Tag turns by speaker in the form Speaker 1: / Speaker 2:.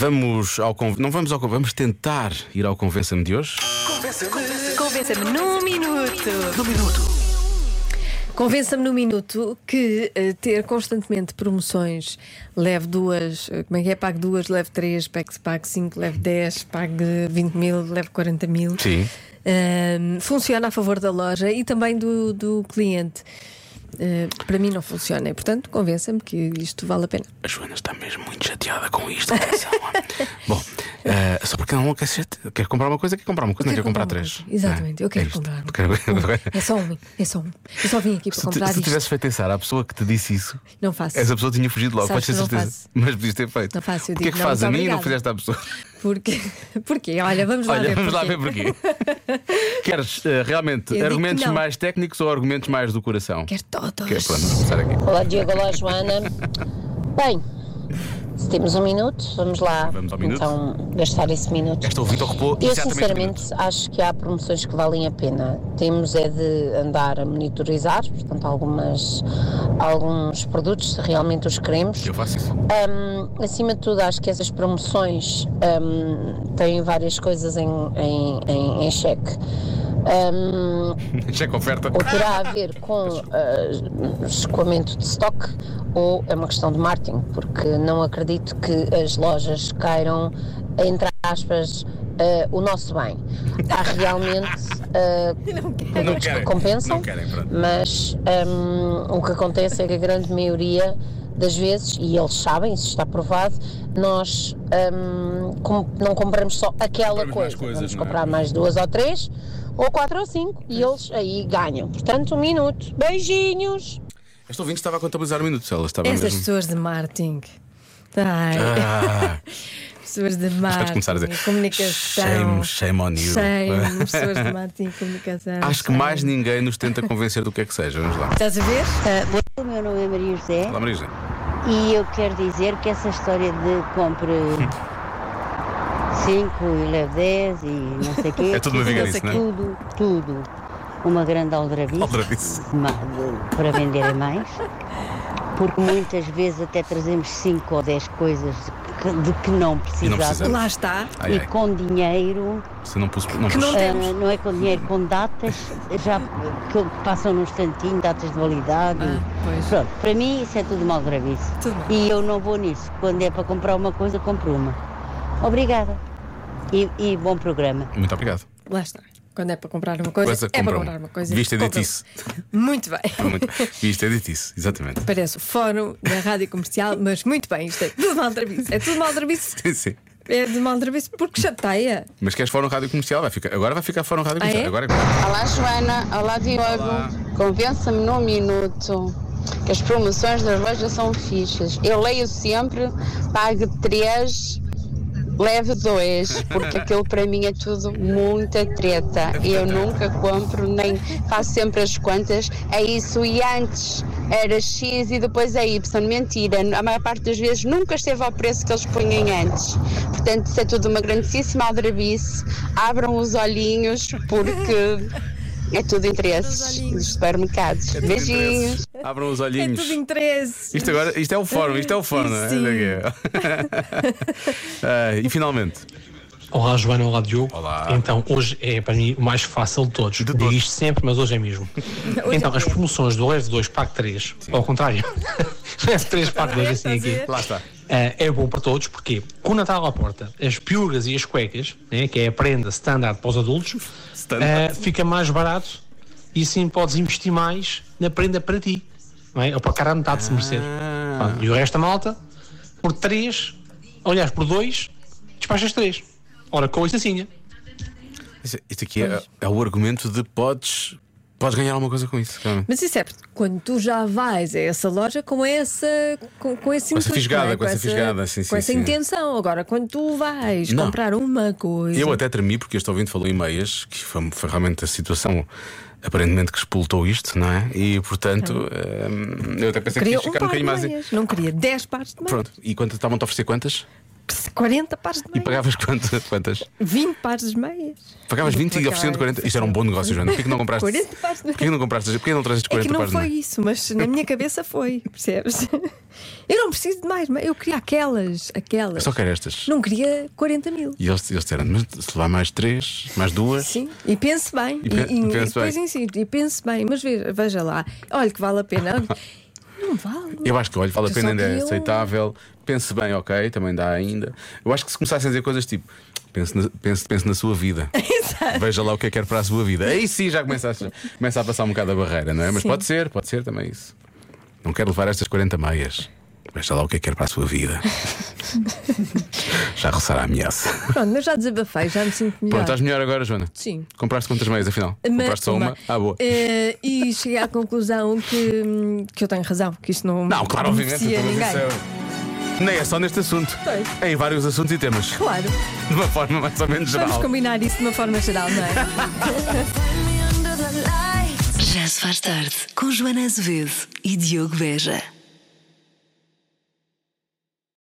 Speaker 1: Vamos ao con- Não vamos ao con- Vamos tentar ir ao Convença-me de hoje.
Speaker 2: Convença-me num minuto. Num minuto.
Speaker 3: Convença-me no minuto que eh, ter constantemente promoções leve duas, eh, como é que é? Pague duas, leve três, pague, pague cinco, leve dez, pague 20 mil, leve 40 mil.
Speaker 1: Sim.
Speaker 3: Ahm, funciona a favor da loja e também do, do cliente. Eh, para mim não funciona e, portanto, convença-me que isto vale a pena.
Speaker 1: A Joana está mesmo muito chateada com isto. atenção. Bom, eh, só porque não quer, ser- quer comprar uma coisa, quer comprar uma coisa, não quer comprar,
Speaker 3: uma
Speaker 1: três.
Speaker 3: coisa. Exatamente,
Speaker 1: Não é?
Speaker 3: eu quero
Speaker 1: É isto.
Speaker 3: comprar.
Speaker 1: Tu queres-
Speaker 3: É só um, é só um. Eu só vim aqui para
Speaker 1: Se tu,
Speaker 3: comprar
Speaker 1: se tu
Speaker 3: isto.
Speaker 1: tivesse feito pensar à pessoa que te disse isso,
Speaker 3: Não faço.
Speaker 1: essa pessoa tinha fugido logo,
Speaker 3: Sabes
Speaker 1: podes ter
Speaker 3: que não
Speaker 1: certeza.
Speaker 3: faço.
Speaker 1: Mas podias ter feito.
Speaker 3: Não faço, eu
Speaker 1: Porquê
Speaker 3: digo,
Speaker 1: que
Speaker 3: não,
Speaker 1: fazes
Speaker 3: muito
Speaker 1: a mim e não
Speaker 3: obrigada.
Speaker 1: fizeste à pessoa?
Speaker 3: Porque, porque, olha, vamos lá
Speaker 1: Olha,
Speaker 3: ver.
Speaker 1: vamos lá
Speaker 3: porquê.
Speaker 1: ver porquê. Queres eh, realmente
Speaker 3: Eu digo
Speaker 1: argumentos
Speaker 3: que não.
Speaker 1: mais técnicos ou argumentos mais do coração?
Speaker 3: Quero todos.
Speaker 1: Que é para não começar aqui.
Speaker 4: Olá Diogo, olá Joana. Bem, se temos um minuto, vamos lá
Speaker 1: Vamos ao minuto.
Speaker 4: então gastar esse minuto.
Speaker 1: Esta ouvinte ocupou
Speaker 4: Eu
Speaker 1: exatamente um minuto.
Speaker 4: sinceramente acho que há promoções que valem a pena. Temos é de andar a monitorizar, portanto, algumas, alguns produtos, se realmente os queremos.
Speaker 1: Eu faço isso.
Speaker 4: Um, acima de tudo, acho que essas promoções um, têm várias coisas em, em, em, em xeque. Um,
Speaker 3: É.
Speaker 1: Checa a oferta.
Speaker 4: ou terá a ver com ah, escoamento de stock ou é uma questão de marketing, porque não acredito que as lojas queiram, entre aspas, ah, o nosso bem. Há realmente ah,
Speaker 1: Não
Speaker 4: produtos que
Speaker 1: querem.
Speaker 4: compensam,
Speaker 1: Não querem, pronto.
Speaker 4: mas ahm, o que acontece é que a grande maioria das vezes, e eles sabem, isso está provado, nós ahm, com- não compramos só aquela
Speaker 1: Compramos mais
Speaker 4: coisa,
Speaker 1: coisas,
Speaker 4: vamos
Speaker 1: não é?
Speaker 4: comprar mais duas ou três, ou quatro ou cinco, e eles aí ganham. Portanto, um minuto. Beijinhos!
Speaker 1: Esta ouvinte estava a contabilizar minutos. Ela estava
Speaker 3: Essas
Speaker 1: mesmo.
Speaker 3: pessoas de marketing. Ai,
Speaker 1: Ah,
Speaker 3: pessoas de
Speaker 1: vais
Speaker 3: marketing.
Speaker 1: começar a dizer.
Speaker 3: Comunicação.
Speaker 1: Shame, shame on you.
Speaker 3: Shame, pessoas de marketing e comunicação.
Speaker 1: Acho que
Speaker 3: shame.
Speaker 1: mais ninguém nos tenta convencer do que é que seja. Vamos lá.
Speaker 3: Estás a ver?
Speaker 5: O meu nome é Maria José
Speaker 1: Olá, Marisa.
Speaker 5: e eu quero dizer que é essa história de compre
Speaker 1: Hum.
Speaker 5: 5 e leve 10 e não sei o quê.
Speaker 1: É tudo uma
Speaker 5: isso,
Speaker 1: vigarice, não é?
Speaker 5: Tudo, tudo. Uma grande aldrabice
Speaker 1: Aldrabice.
Speaker 5: de ma- de- para vender a mais. Porque muitas vezes até trazemos 5 ou 10 coisas de que, de que não precisávamos.
Speaker 1: precisamos.
Speaker 3: Lá está.
Speaker 1: Ai,
Speaker 5: E
Speaker 1: ai.
Speaker 5: com dinheiro,
Speaker 1: Se não pus. Não
Speaker 3: Que não
Speaker 1: pus.
Speaker 3: tem-
Speaker 5: ah, não é com dinheiro, com datas, já que passam num instantinho, datas de validade.
Speaker 3: Ah, pois.
Speaker 5: Pronto, para mim isso é tudo mal gravíssimo.
Speaker 3: Tudo mal.
Speaker 5: E eu não vou nisso. Quando é para comprar uma coisa, compro uma. Obrigada. E, e bom programa.
Speaker 1: Muito obrigado.
Speaker 3: Lá está. Quando é para comprar uma coisa,
Speaker 1: Coisa,
Speaker 3: é para
Speaker 1: compra
Speaker 3: comprar
Speaker 1: uma.
Speaker 3: uma coisa.
Speaker 1: Viste a
Speaker 3: compra.
Speaker 1: detice.
Speaker 3: Muito bem.
Speaker 1: Muito... Isto é detice, exatamente.
Speaker 3: Parece o fórum da rádio comercial, mas muito bem. Isto é tudo maldrabice. É tudo maldrabice.
Speaker 1: Sim, sim.
Speaker 3: É de maldrabice porque chateia.
Speaker 1: Mas queres fora um rádio comercial? Vai ficar... Agora vai ficar fora um rádio
Speaker 3: Ah,
Speaker 1: comercial.
Speaker 3: é?
Speaker 1: Agora é
Speaker 6: Olá Joana, olá Diogo. Convença-me num minuto que as promoções das lojas são fixas. Eu leio sempre, pague três, leve dois, porque aquilo para mim é tudo muita treta. Eu nunca compro, nem faço sempre as contas. É isso e antes era X e depois é Y. Mentira, a maior parte das vezes nunca esteve ao preço que eles punham antes. Portanto, isso é tudo uma grandíssima aldrabice. Abram os olhinhos, porque é tudo interesses dos supermercados. Beijinhos.
Speaker 1: Abram os
Speaker 3: É
Speaker 1: olhinhos.
Speaker 3: tudo interesse.
Speaker 1: Isto agora, isto é o fórum, isto é o fórum, não é?
Speaker 3: Sim.
Speaker 1: Ah, e finalmente,
Speaker 7: Olá Joana, olá Diogo.
Speaker 1: Olá.
Speaker 7: Então, hoje é para mim o mais fácil de todos. Digo
Speaker 1: todos.
Speaker 7: isto sempre, mas hoje é mesmo.
Speaker 3: Hoje
Speaker 7: então,
Speaker 3: é
Speaker 7: as
Speaker 3: que é.
Speaker 7: promoções do Leve 2 Pack 3, ao contrário, Leve 3 Pack 2, assim
Speaker 3: Estás a
Speaker 7: aqui.
Speaker 3: ver?
Speaker 1: lá está.
Speaker 7: Ah, é bom para todos, porque com o Natal à porta, as piugas e as cuecas, né, que é a prenda standard para os adultos,
Speaker 1: Standard.
Speaker 3: É.
Speaker 7: ah, fica mais barato e assim podes investir mais na prenda para ti, não é? ou para o cara a metade se merecer.
Speaker 1: Ah.
Speaker 7: Pronto, E o resto da malta, por 3, aliás, por 2, despachas 3. Ora, com licencinha.
Speaker 1: Isto isto aqui é, é o argumento de podes, podes ganhar alguma coisa com isso. Cara.
Speaker 3: Mas isso é porque quando tu já vais a essa loja com essa com, com esse intuito,
Speaker 1: fisgada,
Speaker 3: não é?
Speaker 1: com essa fisgada, sim,
Speaker 3: com
Speaker 1: sim,
Speaker 3: essa
Speaker 1: sim.
Speaker 3: intenção. Agora, quando tu vais
Speaker 1: Não.
Speaker 3: comprar uma coisa,
Speaker 1: Eu até tremi porque este ouvinte falou em meias, que foi, foi realmente a situação aparentemente que expultou isto, não é? E portanto, eh, eu até pensei que
Speaker 3: queria
Speaker 1: ia
Speaker 3: um
Speaker 1: ficar um
Speaker 3: par de
Speaker 1: bocadinho mais.
Speaker 3: meias, não queria 10 pares de meias.
Speaker 1: Pronto, e quanto estavam-te a oferecer quantas?
Speaker 3: Pss, 40 pares de
Speaker 1: E
Speaker 3: meias.
Speaker 1: pagavas quantas? quantas?
Speaker 3: 20 pares de meias.
Speaker 1: Pagavas 20 e
Speaker 3: Pagar,
Speaker 1: ofereciam 40. Isto era um bom negócio, Joana. Porquê que não compraste?
Speaker 3: 40 pares de
Speaker 1: Porquê que não compraste? Porquê que não trazes
Speaker 3: É que
Speaker 1: 40
Speaker 3: não
Speaker 1: pares de
Speaker 3: foi
Speaker 1: meias?
Speaker 3: isso, mas na minha cabeça foi, percebes? Eu não preciso de mais, mas eu queria aquelas, aquelas.
Speaker 1: Só quero estas.
Speaker 3: Não queria 40 mil.
Speaker 1: E eles, eles disseram, mas se levar mais 3, mais 2.
Speaker 3: Sim, e pense bem.
Speaker 1: E pe-
Speaker 3: e, e-
Speaker 1: pense
Speaker 3: e depois
Speaker 1: bem.
Speaker 3: insisto, e pense bem, mas veja, veja lá, olha que vale a pena. Olha, não vale.
Speaker 1: Eu acho que, olha, vale a
Speaker 3: Eu
Speaker 1: pena,
Speaker 3: só
Speaker 1: ainda é
Speaker 3: queria um-
Speaker 1: aceitável. Pense bem, ok, também dá ainda. Eu acho que se começassem a dizer coisas tipo. Pense na, pense, pense na sua vida. Veja lá o que é que quer para a sua vida. Aí sim já começa a, começa a passar um bocado a barreira, não é? Mas
Speaker 3: Sim.
Speaker 1: pode ser, pode ser também isso. Não quero levar estas 40 meias. Veja lá o que é que quer para a sua vida. já roçar a ameaça.
Speaker 3: Pronto, eu já desabafei, já me sinto melhor.
Speaker 1: Pronto, estás melhor agora, Joana?
Speaker 3: Sim.
Speaker 1: Compraste quantas meias afinal?
Speaker 3: Mas-
Speaker 1: Compraste só uma? Ah, boa.
Speaker 3: Eh, e cheguei à conclusão que, hum, que eu tenho razão, que isto não.
Speaker 1: Não, claro, obviamente.
Speaker 3: beneficia
Speaker 1: então, mas
Speaker 3: ninguém.
Speaker 1: isso é- Nem é só neste assunto.
Speaker 3: Pois.
Speaker 1: É em vários assuntos e temas.
Speaker 3: Claro,
Speaker 1: De uma forma mais ou menos
Speaker 3: vamos
Speaker 1: geral.
Speaker 3: combinar isso de uma forma geral, não é?
Speaker 2: Já se faz tarde com Joana Azevedo e Diogo Beja.